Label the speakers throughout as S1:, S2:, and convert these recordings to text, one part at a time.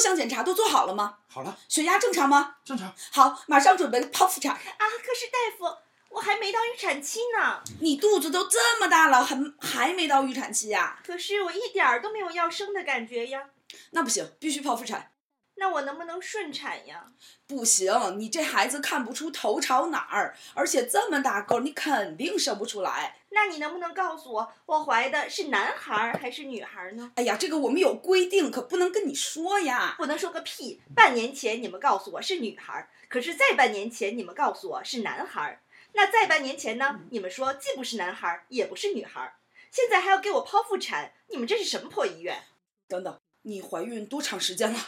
S1: 项检查都做好了吗？
S2: 好了，
S1: 血压正常吗？
S2: 正常。
S1: 好，马上准备剖腹产。
S3: 啊，可是大夫，我还没到预产期呢。
S1: 你肚子都这么大了，还还没到预产期呀、
S3: 可是我一点儿都没有要生的感觉呀。
S1: 那不行，必须剖腹产。
S3: 那我能不能顺产呀？
S1: 不行，你这孩子看不出头朝哪儿，而且这么大个儿，你肯定生不出来。
S3: 那你能不能告诉我，我怀的是男孩儿还是女孩儿呢？
S1: 哎呀，这个我们有规定，可不能跟你说呀。
S3: 不能说个屁！半年前你们告诉我是女孩儿，可是再半年前你们告诉我是男孩儿，那再半年前呢？你们说既不是男孩儿，也不是女孩儿，现在还要给我剖腹产，你们这是什么破医院？
S1: 等等，你怀孕多长时间了？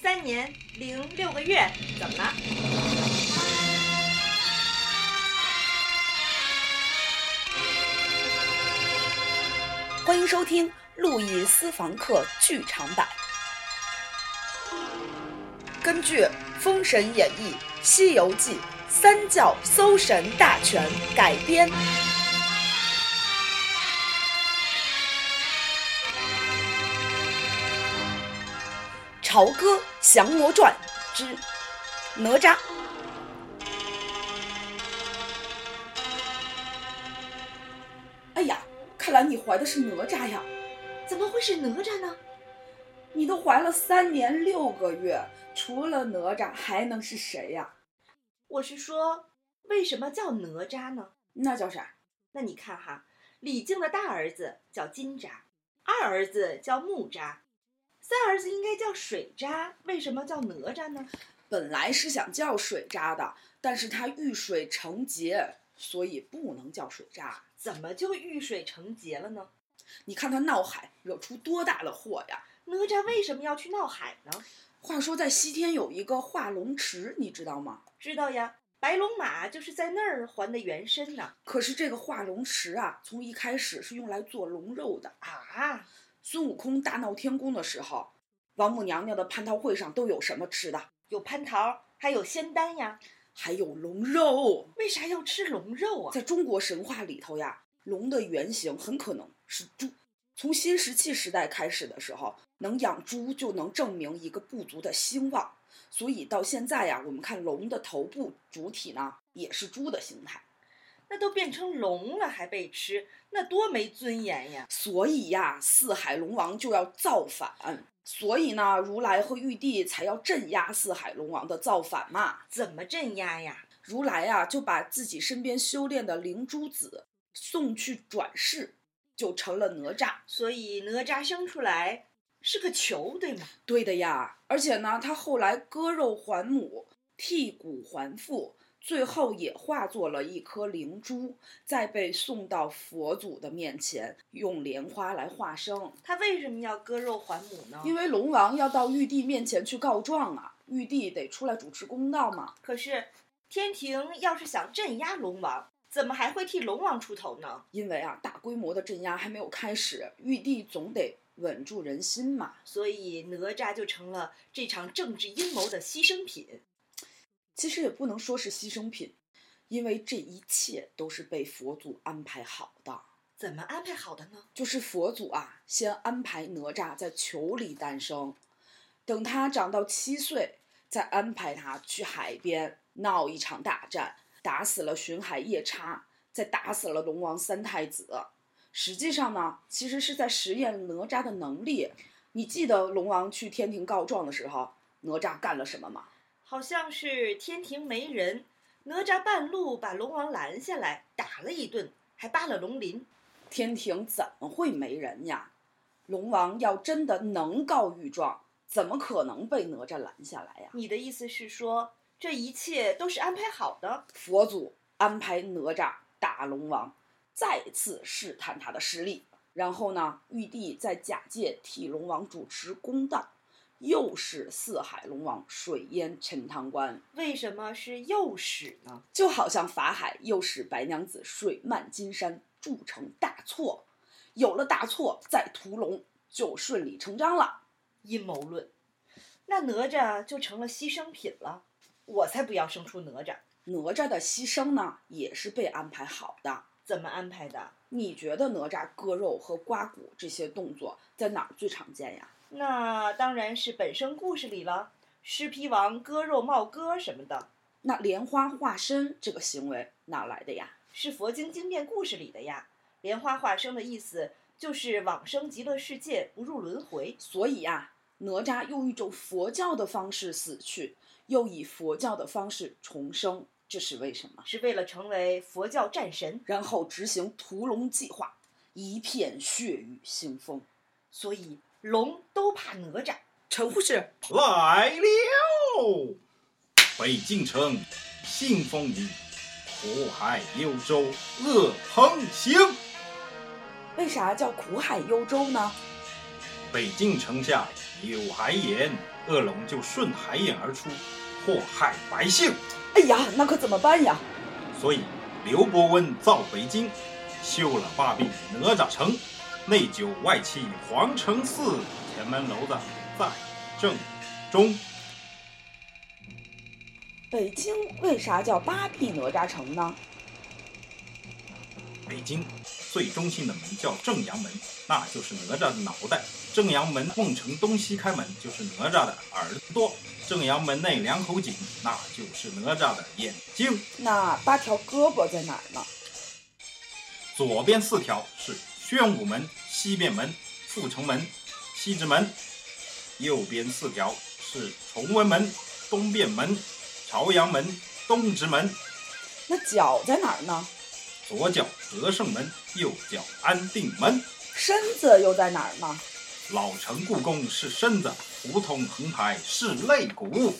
S3: 三年零六个月，怎么了？
S4: 欢迎收听《路易私房课》剧场版。根据《封神演义》《西游记》《三教搜神大全》改编。《朝歌降魔传》之哪吒。
S1: 哎呀，看来你怀的是哪吒呀！
S3: 怎么会是哪吒呢？
S1: 你都怀了三年六个月，除了哪吒还能是谁呀？
S3: 我是说，为什么叫哪吒呢？
S1: 那叫啥？
S3: 那你看哈，李靖的大儿子叫金吒，二儿子叫木吒，三儿子应该叫水吒，为什么叫哪吒呢？
S1: 本来是想叫水吒的，但是他遇水成劫，所以不能叫水吒。
S3: 怎么就遇水成劫了呢？
S1: 你看他闹海，惹出多大的祸呀！
S3: 哪吒为什么要去闹海呢？
S1: 话说在西天有一个化龙池，你知道吗？
S3: 知道呀，白龙马就是在那儿还的原身呢。
S1: 可是这个化龙池啊，从一开始是用来做龙肉的。
S3: 啊，
S1: 孙悟空大闹天宫的时候，王母娘娘的蟠桃会上都有什么吃的？
S3: 有蟠桃，还有仙丹呀，
S1: 还有龙肉。
S3: 为啥要吃龙肉啊？
S1: 在中国神话里头呀，龙的原型很可能是猪。从新石器时代开始的时候，能养猪就能证明一个部族的兴旺。所以到现在呀，我们看龙的头部主体呢，也是猪的形态。
S3: 那都变成龙了还被吃，那多没尊严呀！
S1: 所以呀，四海龙王就要造反。所以呢，如来和玉帝才要镇压四海龙王的造反嘛。
S3: 怎么镇压呀？
S1: 如来啊，就把自己身边修炼的灵珠子送去转世，就成了哪吒。
S3: 所以哪吒生出来是个球，对吗？
S1: 对的呀，而且呢，他后来割肉还母，剔骨还父，最后也化作了一颗灵珠，再被送到佛祖的面前，用莲花来化生。
S3: 他为什么要割肉还母呢？
S1: 因为龙王要到玉帝面前去告状啊，玉帝得出来主持公道嘛。
S3: 可是天庭要是想镇压龙王，怎么还会替龙王出头呢？
S1: 因为啊，大规模的镇压还没有开始，玉帝总得稳住人心嘛。
S3: 所以哪吒就成了这场政治阴谋的牺牲品。
S1: 其实也不能说是牺牲品，因为这一切都是被佛祖安排好的。
S3: 怎么安排好的呢？
S1: 就是佛祖啊，先安排哪吒在球里诞生，等他长到七岁，再安排他去海边闹一场大战，打死了巡海夜叉，再打死了龙王三太子。实际上呢，其实是在实验哪吒的能力。你记得龙王去天庭告状的时候，哪吒干了什么吗？
S3: 好像是天庭没人，哪吒半路把龙王拦下来，打了一顿，还扒了龙鳞。
S1: 天庭怎么会没人呀？龙王要真的能告御状，怎么可能被哪吒拦下来呀？
S3: 你的意思是说，这一切都是安排好的？
S1: 佛祖安排哪吒打龙王，再次试探他的实力。然后呢，玉帝再假借替龙王主持公道，又是四海龙王水淹陈塘关，
S3: 为什么是诱使呢？
S1: 就好像法海又使白娘子水漫金山，铸成大错。有了大错，再屠龙就顺理成章了。
S3: 阴谋论，那哪吒就成了牺牲品了。我才不要生出哪吒！
S1: 哪吒的牺牲呢，也是被安排好的。
S3: 怎么安排的？
S1: 你觉得哪吒割肉和刮骨这些动作在哪儿最常见呀？
S3: 那当然是本身故事里了，狮皮王割肉冒歌什么的，
S1: 那莲花化身这个行为哪来的呀？
S3: 是佛经经变故事里的呀。莲花化生的意思就是往生极乐世界，不入轮回。
S1: 所以啊，哪吒用一种佛教的方式死去，又以佛教的方式重生，这是为什么？
S3: 是为了成为佛教战神，
S1: 然后执行屠龙计划，一片血雨腥风。
S3: 所以龙都怕哪吒。
S4: 陈护士，
S2: 来了！北京城，信风雨，苦海幽州乐烹行。
S1: 为啥叫苦海幽州呢？
S2: 北京城下有海眼，恶龙就顺海眼而出，祸害百姓。
S1: 哎呀，那可怎么办呀？
S2: 所以刘伯温造北京，修了八臂哪吒城，内九外七皇城寺，前门楼子在正中。
S1: 北京为啥叫八臂哪吒城呢？
S2: 北京最中心的门叫正阳门，那就是哪吒的脑袋。正阳门瓮城东西开门就是哪吒的耳朵，正阳门内两口井那就是哪吒的眼睛。
S1: 那八条胳膊在哪儿呢？
S2: 左边四条是宣武门、西便门、阜成门、西直门；右边四条是崇文门、东便门、朝阳门、东直门；
S1: 那脚在哪儿呢？
S2: 左脚德胜门，右脚安定门。
S1: 身子又在哪儿呢？
S2: 老城故宫是身子，胡同横排是肋骨。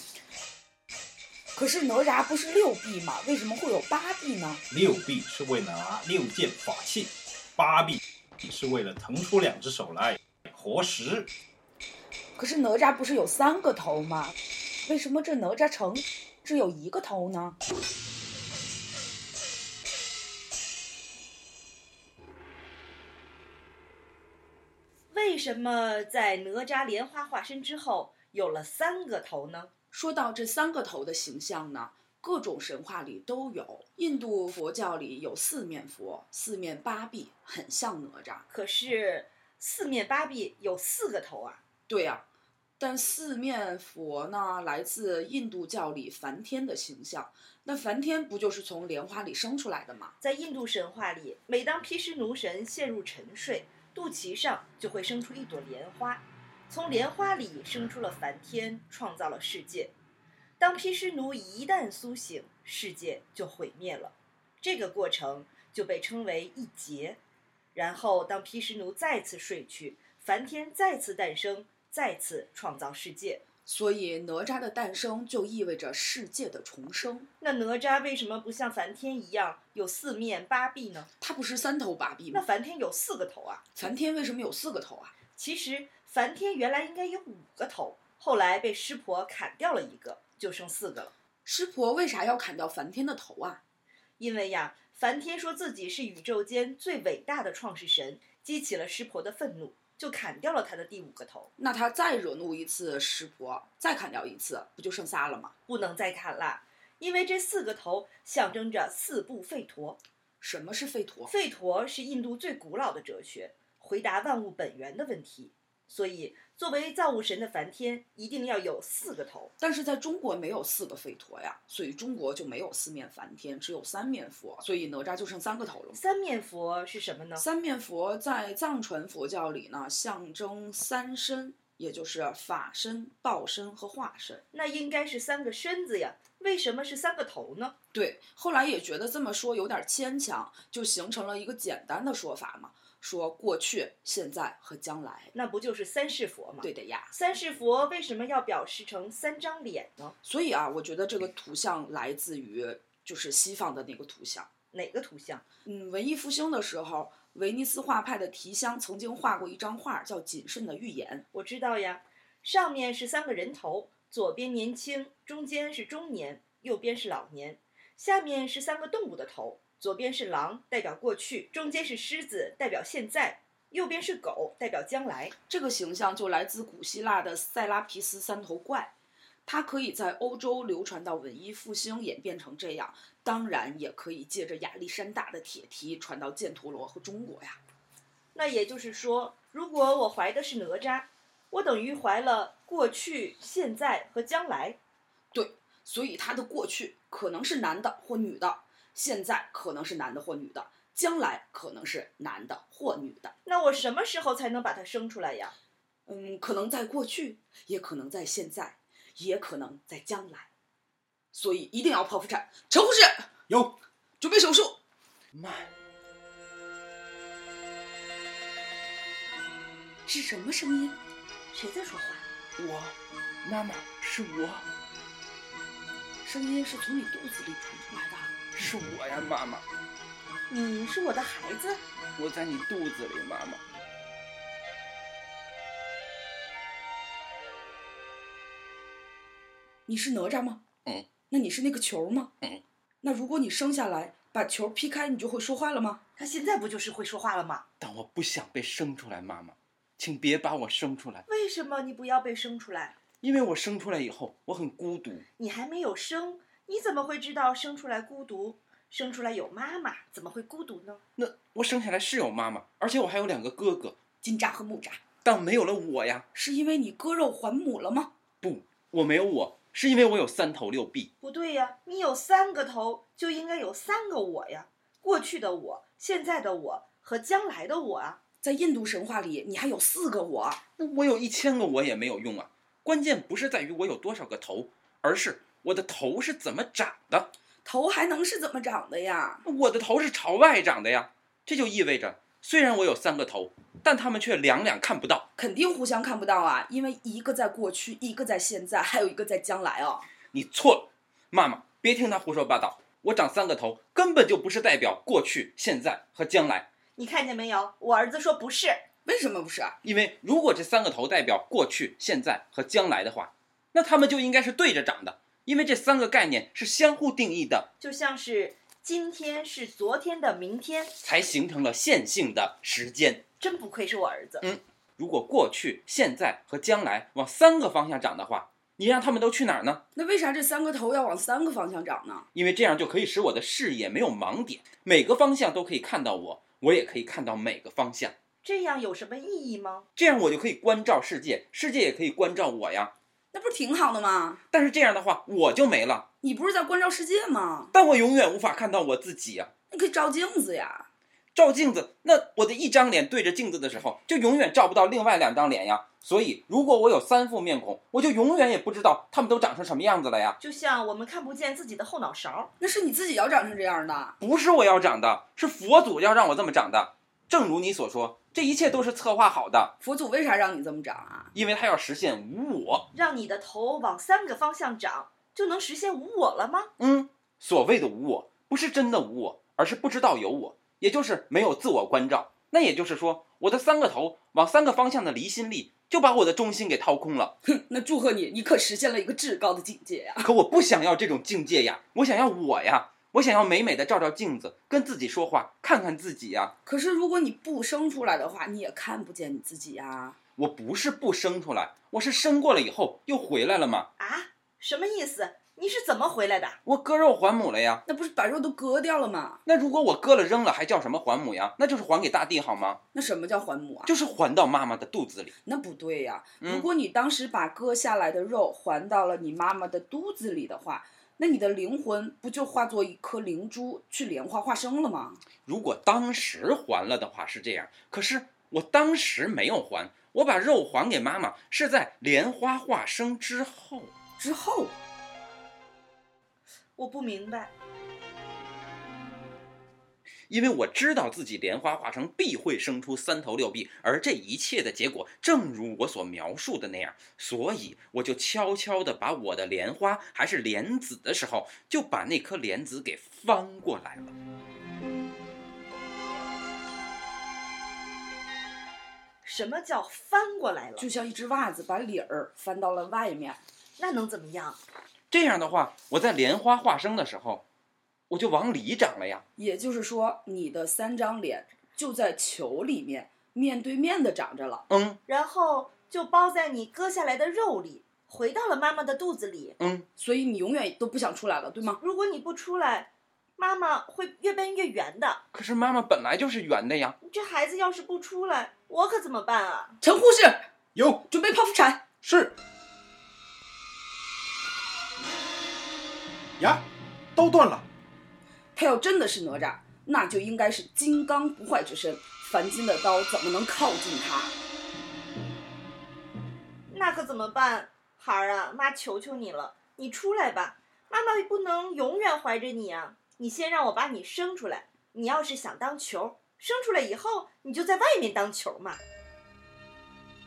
S1: 可是哪吒不是六臂吗？为什么会有八臂呢？
S2: 六臂是为了拿六件法器，八臂是为了腾出两只手来活食。
S1: 可是哪吒不是有三个头吗？为什么这哪吒城只有一个头呢？
S3: 为什么在哪吒莲花化身之后有了三个头呢？
S1: 说到这三个头的形象呢，各种神话里都有。印度佛教里有四面佛，四面八臂，很像哪吒。
S3: 可是四面八臂有四个头啊！
S1: 对呀、但四面佛呢，来自印度教里梵天的形象。那梵天不就是从莲花里生出来的吗？
S3: 在印度神话里，每当毗湿奴神陷入沉睡，肚脐上就会生出一朵莲花，从莲花里生出了梵天，创造了世界。当毗湿奴一旦苏醒，世界就毁灭了，这个过程就被称为一劫。然后，当毗湿奴再次睡去，梵天再次诞生，再次创造世界。
S1: 所以哪吒的诞生就意味着世界的重生。
S3: 那哪吒为什么不像梵天一样有四面八臂呢？
S1: 他不是三头八臂
S3: 那
S1: 吗？
S3: 梵天有四个头啊！
S1: 梵天为什么有四个头啊？
S3: 其实梵天原来应该有五个头，后来被湿婆砍掉了一个，就剩四个了。
S1: 湿婆为啥要砍掉梵天的头啊？
S3: 因为呀，梵天说自己是宇宙间最伟大的创世神，激起了湿婆的愤怒，就砍掉了他的第五个头，
S1: 那他再惹怒一次湿婆，再砍掉一次，不就剩仨了吗？
S3: 不能再砍啦。因为这四个头象征着四部吠陀，
S1: 什么是吠陀？
S3: 吠陀是印度最古老的哲学，回答万物本源的问题。所以，作为造物神的梵天，一定要有四个头。
S1: 但是在中国没有四个吠陀呀，所以中国就没有四面梵天，只有三面佛，所以哪吒就剩三个头了嘛。
S3: 三面佛是什么呢？
S1: 三面佛在藏传佛教里呢，象征三身，也就是法身、报身和化身。
S3: 那应该是三个身子呀，为什么是三个头呢？
S1: 对，后来也觉得这么说有点牵强，就形成了一个简单的说法嘛，说过去、现在和将来。
S3: 那不就是三世佛吗？
S1: 对的呀，
S3: 三世佛为什么要表示成三张脸呢？
S1: 所以啊，我觉得这个图像来自于就是西方的那个图像。
S3: 哪个图像？
S1: 嗯，文艺复兴的时候，威尼斯画派的提香曾经画过一张画，叫《谨慎的预言
S3: 我知道呀，上面是三个人头，左边年轻，中间是中年，右边是老年，下面是三个动物的头，左边是狼，代表过去，中间是狮子，代表现在，右边是狗，代表将来。》。
S1: 这个形象就来自古希腊的塞拉皮斯三头怪，它可以在欧洲流传到文艺复兴演变成这样，当然也可以借着亚历山大的铁蹄传到犍陀罗和中国呀。
S3: 那也就是说，如果我怀的是哪吒，我等于怀了过去、现在和将来。
S1: 所以他的过去可能是男的或女的，现在可能是男的或女的，将来可能是男的或女的。
S3: 那我什么时候才能把它生出来呀？
S1: 嗯，可能在过去，也可能在现在，也可能在将来。所以一定要剖腹产。陈护士，
S2: 哟，
S1: 准备手术。
S4: 妈，是什么声音？
S3: 谁在说话？
S4: 我，妈妈，是我，
S1: 声音是从你肚子里传出来的。
S4: 是我呀，妈妈，
S3: 你是我的孩子？
S4: 我在你肚子里，妈妈。
S1: 你是哪吒吗？
S5: 嗯。
S1: 那你是那个球吗？
S5: 嗯。
S1: 那如果你生下来把球劈开，你就会说话了吗？
S3: 他现在不就是会说话了吗？
S5: 但我不想被生出来，妈妈，请别把我生出来，
S3: 为什么你不要被生出来？
S5: 因为我生出来以后我很孤独。
S3: 你还没有生，你怎么会知道生出来孤独？生出来有妈妈，怎么会孤独呢？
S5: 那我生下来是有妈妈，而且我还有两个哥哥，
S1: 金吒和木吒
S5: 但没有了我呀，
S1: 是因为你割肉还母了吗？
S5: 我没有我，是因为我有三头六臂。
S3: 不对呀，你有三个头，就应该有三个我呀。过去的我，现在的我和将来的我啊。
S1: 在印度神话里，你还有四个我。
S5: 那我有一千个我也没有用啊！关键不是在于我有多少个头，而是我的头是怎么长的。
S1: 头还能是怎么长的呀？
S5: 我的头是朝外长的呀，这就意味着虽然我有三个头，但他们却两两看不到。
S1: 肯定互相看不到啊，因为一个在过去，一个在现在，还有一个在将来哦。
S5: 你错了，妈妈，别听他胡说八道。我长三个头根本就不是代表过去、现在和将来，
S3: 你看见没有？我儿子说不是，
S1: 为什么不是啊？
S5: 因为如果这三个头代表过去、现在和将来的话，那他们就应该是对着长的，因为这三个概念是相互定义的，
S3: 就像是今天是昨天的明天，
S5: 才形成了线性的时间。
S3: 真不愧是我儿子。
S5: 嗯如果过去、现在和将来往三个方向长的话，你让他们都去哪儿呢？
S1: 那为啥这三个头要往三个方向长呢？
S5: 因为这样就可以使我的视野没有盲点，每个方向都可以看到我，我也可以看到每个方向。
S3: 这样有什么意义吗？
S5: 这样我就可以关照世界，世界也可以关照我呀。
S1: 那不是挺好的吗？
S5: 但是这样的话，我就没了，
S1: 你不是在关照世界吗？
S5: 但我永远无法看到我自己呀、
S1: 你可以照镜子呀。
S5: 照镜子，那我的一张脸对着镜子的时候，就永远照不到另外两张脸呀。所以，如果我有三副面孔，我就永远也不知道他们都长成什么样子了呀。
S3: 就像我们看不见自己的后脑勺，
S1: 那是你自己要长成这样的。
S5: 不是我要长的，是佛祖要让我这么长的。正如你所说，这一切都是策划好的，
S1: 佛祖为啥让你这么长啊？
S5: 因为他要实现无我。
S3: 让你的头往三个方向长，就能实现无我了吗？
S5: 嗯，所谓的无我，不是真的无我，而是不知道有我，也就是没有自我关照。那也就是说，我的三个头往三个方向的离心力，就把我的中心给掏空了。
S1: 那祝贺你，你可实现了一个至高的境界呀、
S5: 可我不想要这种境界呀，我想要我呀，我想要美美的照照镜子，跟自己说话，看看自己呀。
S1: 可是如果你不生出来的话，你也看不见你自己啊呀、
S5: 我不是不生出来，我是生过了以后又回来了嘛。
S3: 啊，什么意思？你是怎么回来的？
S5: 我割肉还母了呀。
S1: 那不是把肉都割掉了吗？
S5: 那如果我割了扔了，还叫什么还母呀？那就是还给大地好吗？
S1: 那什么叫还母啊？
S5: 就是还到妈妈的肚子里。
S1: 那不对呀、
S5: 嗯
S1: 如果你当时把割下来的肉还到了你妈妈的肚子里的话，那你的灵魂不就化作一颗灵珠去莲花化生了吗？
S5: 如果当时还了的话是这样，可是我当时没有还，我把肉还给妈妈是在莲花化生之后。
S1: 之后，
S3: 我不明白。
S5: 因为我知道自己莲花化成必会生出三头六臂，而这一切的结果正如我所描述的那样，所以我就悄悄地把我的莲花还是莲子的时候，就把那颗莲子给翻过来了。
S3: 什么叫翻过来了？
S1: 就像一只袜子把里儿翻到了外面，
S3: 那能怎么样？
S5: 这样的话，我在莲花化生的时候，我就往里长了呀。
S1: 也就是说，你的三张脸就在球里面面对面的长着了。
S5: 嗯
S3: 然后就包在你割下来的肉里，回到了妈妈的肚子里。
S5: 嗯，
S1: 所以你永远都不想出来了，对吗？
S3: 如果你不出来，妈妈会越变越圆的。
S5: 可是妈妈本来就是圆的呀。
S3: 这孩子要是不出来，我可怎么办啊？
S1: 陈护士，
S2: 有
S1: 准备剖腹产。
S2: 是呀，都断了。
S1: 他要真的是哪吒，那就应该是金刚不坏之身，梵金的刀怎么能靠近他？
S3: 那可怎么办？孩儿啊，妈求求你了，你出来吧，妈妈不能永远怀着你啊！你先让我把你生出来。你要是想当球，生出来以后你就在外面当球嘛。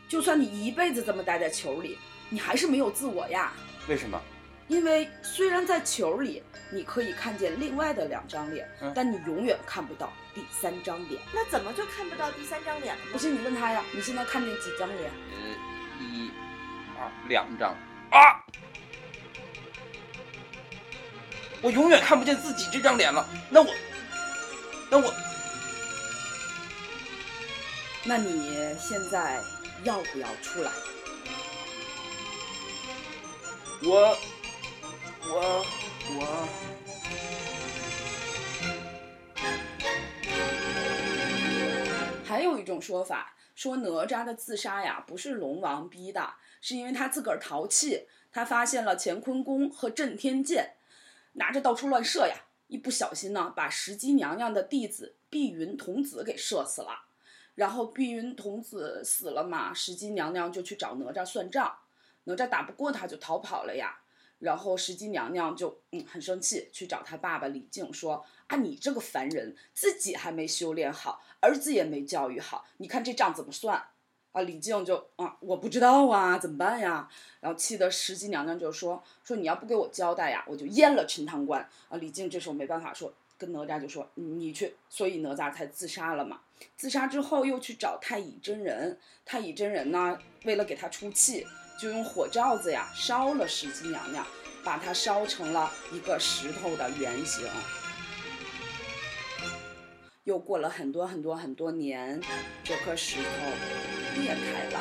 S1: 就算你一辈子这么待在球里，你还是没有自我呀。
S5: 为什么？
S1: 因为虽然在球里你可以看见另外的两张脸，
S5: 嗯
S1: 但你永远看不到第三张脸。
S3: 那怎么就看不到第三张脸了
S1: 不
S3: 呢？
S1: 信你问他呀，你现在看见几张脸？
S5: 呃，一、二、两张啊！我永远看不见自己这张脸了。那我，那我
S1: 那你现在要不要出来？
S5: 我我我，
S1: 还有一种说法说哪吒的自杀呀，不是龙王逼的，是因为他自个儿淘气，他发现了乾坤宫和震天剑，拿着到处乱射呀，一不小心呢，把石矶娘娘的弟子碧云童子给射死了。然后碧云童子死了嘛，石矶娘娘就去找哪吒算账，哪吒打不过他就逃跑了呀。然后石矶娘娘就嗯很生气，去找她爸爸李靖说：“啊，你这个凡人，自己还没修炼好，儿子也没教育好，你看这账怎么算？”啊，李靖就啊，我不知道啊，怎么办呀？然后气得石矶娘娘就说：“说你要不给我交代呀，我就阉了陈塘关。”啊，李靖这时候没办法说，跟哪吒就说：“你你去。”所以哪吒才自杀了嘛。自杀之后又去找太乙真人，太乙真人呢，为了给他出气，就用火罩子呀烧了石矶娘娘，把她烧成了一个石头的原型。又过了很多很多很多年，这颗石头裂开了，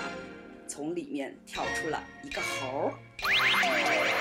S1: 从里面跳出了一个猴儿。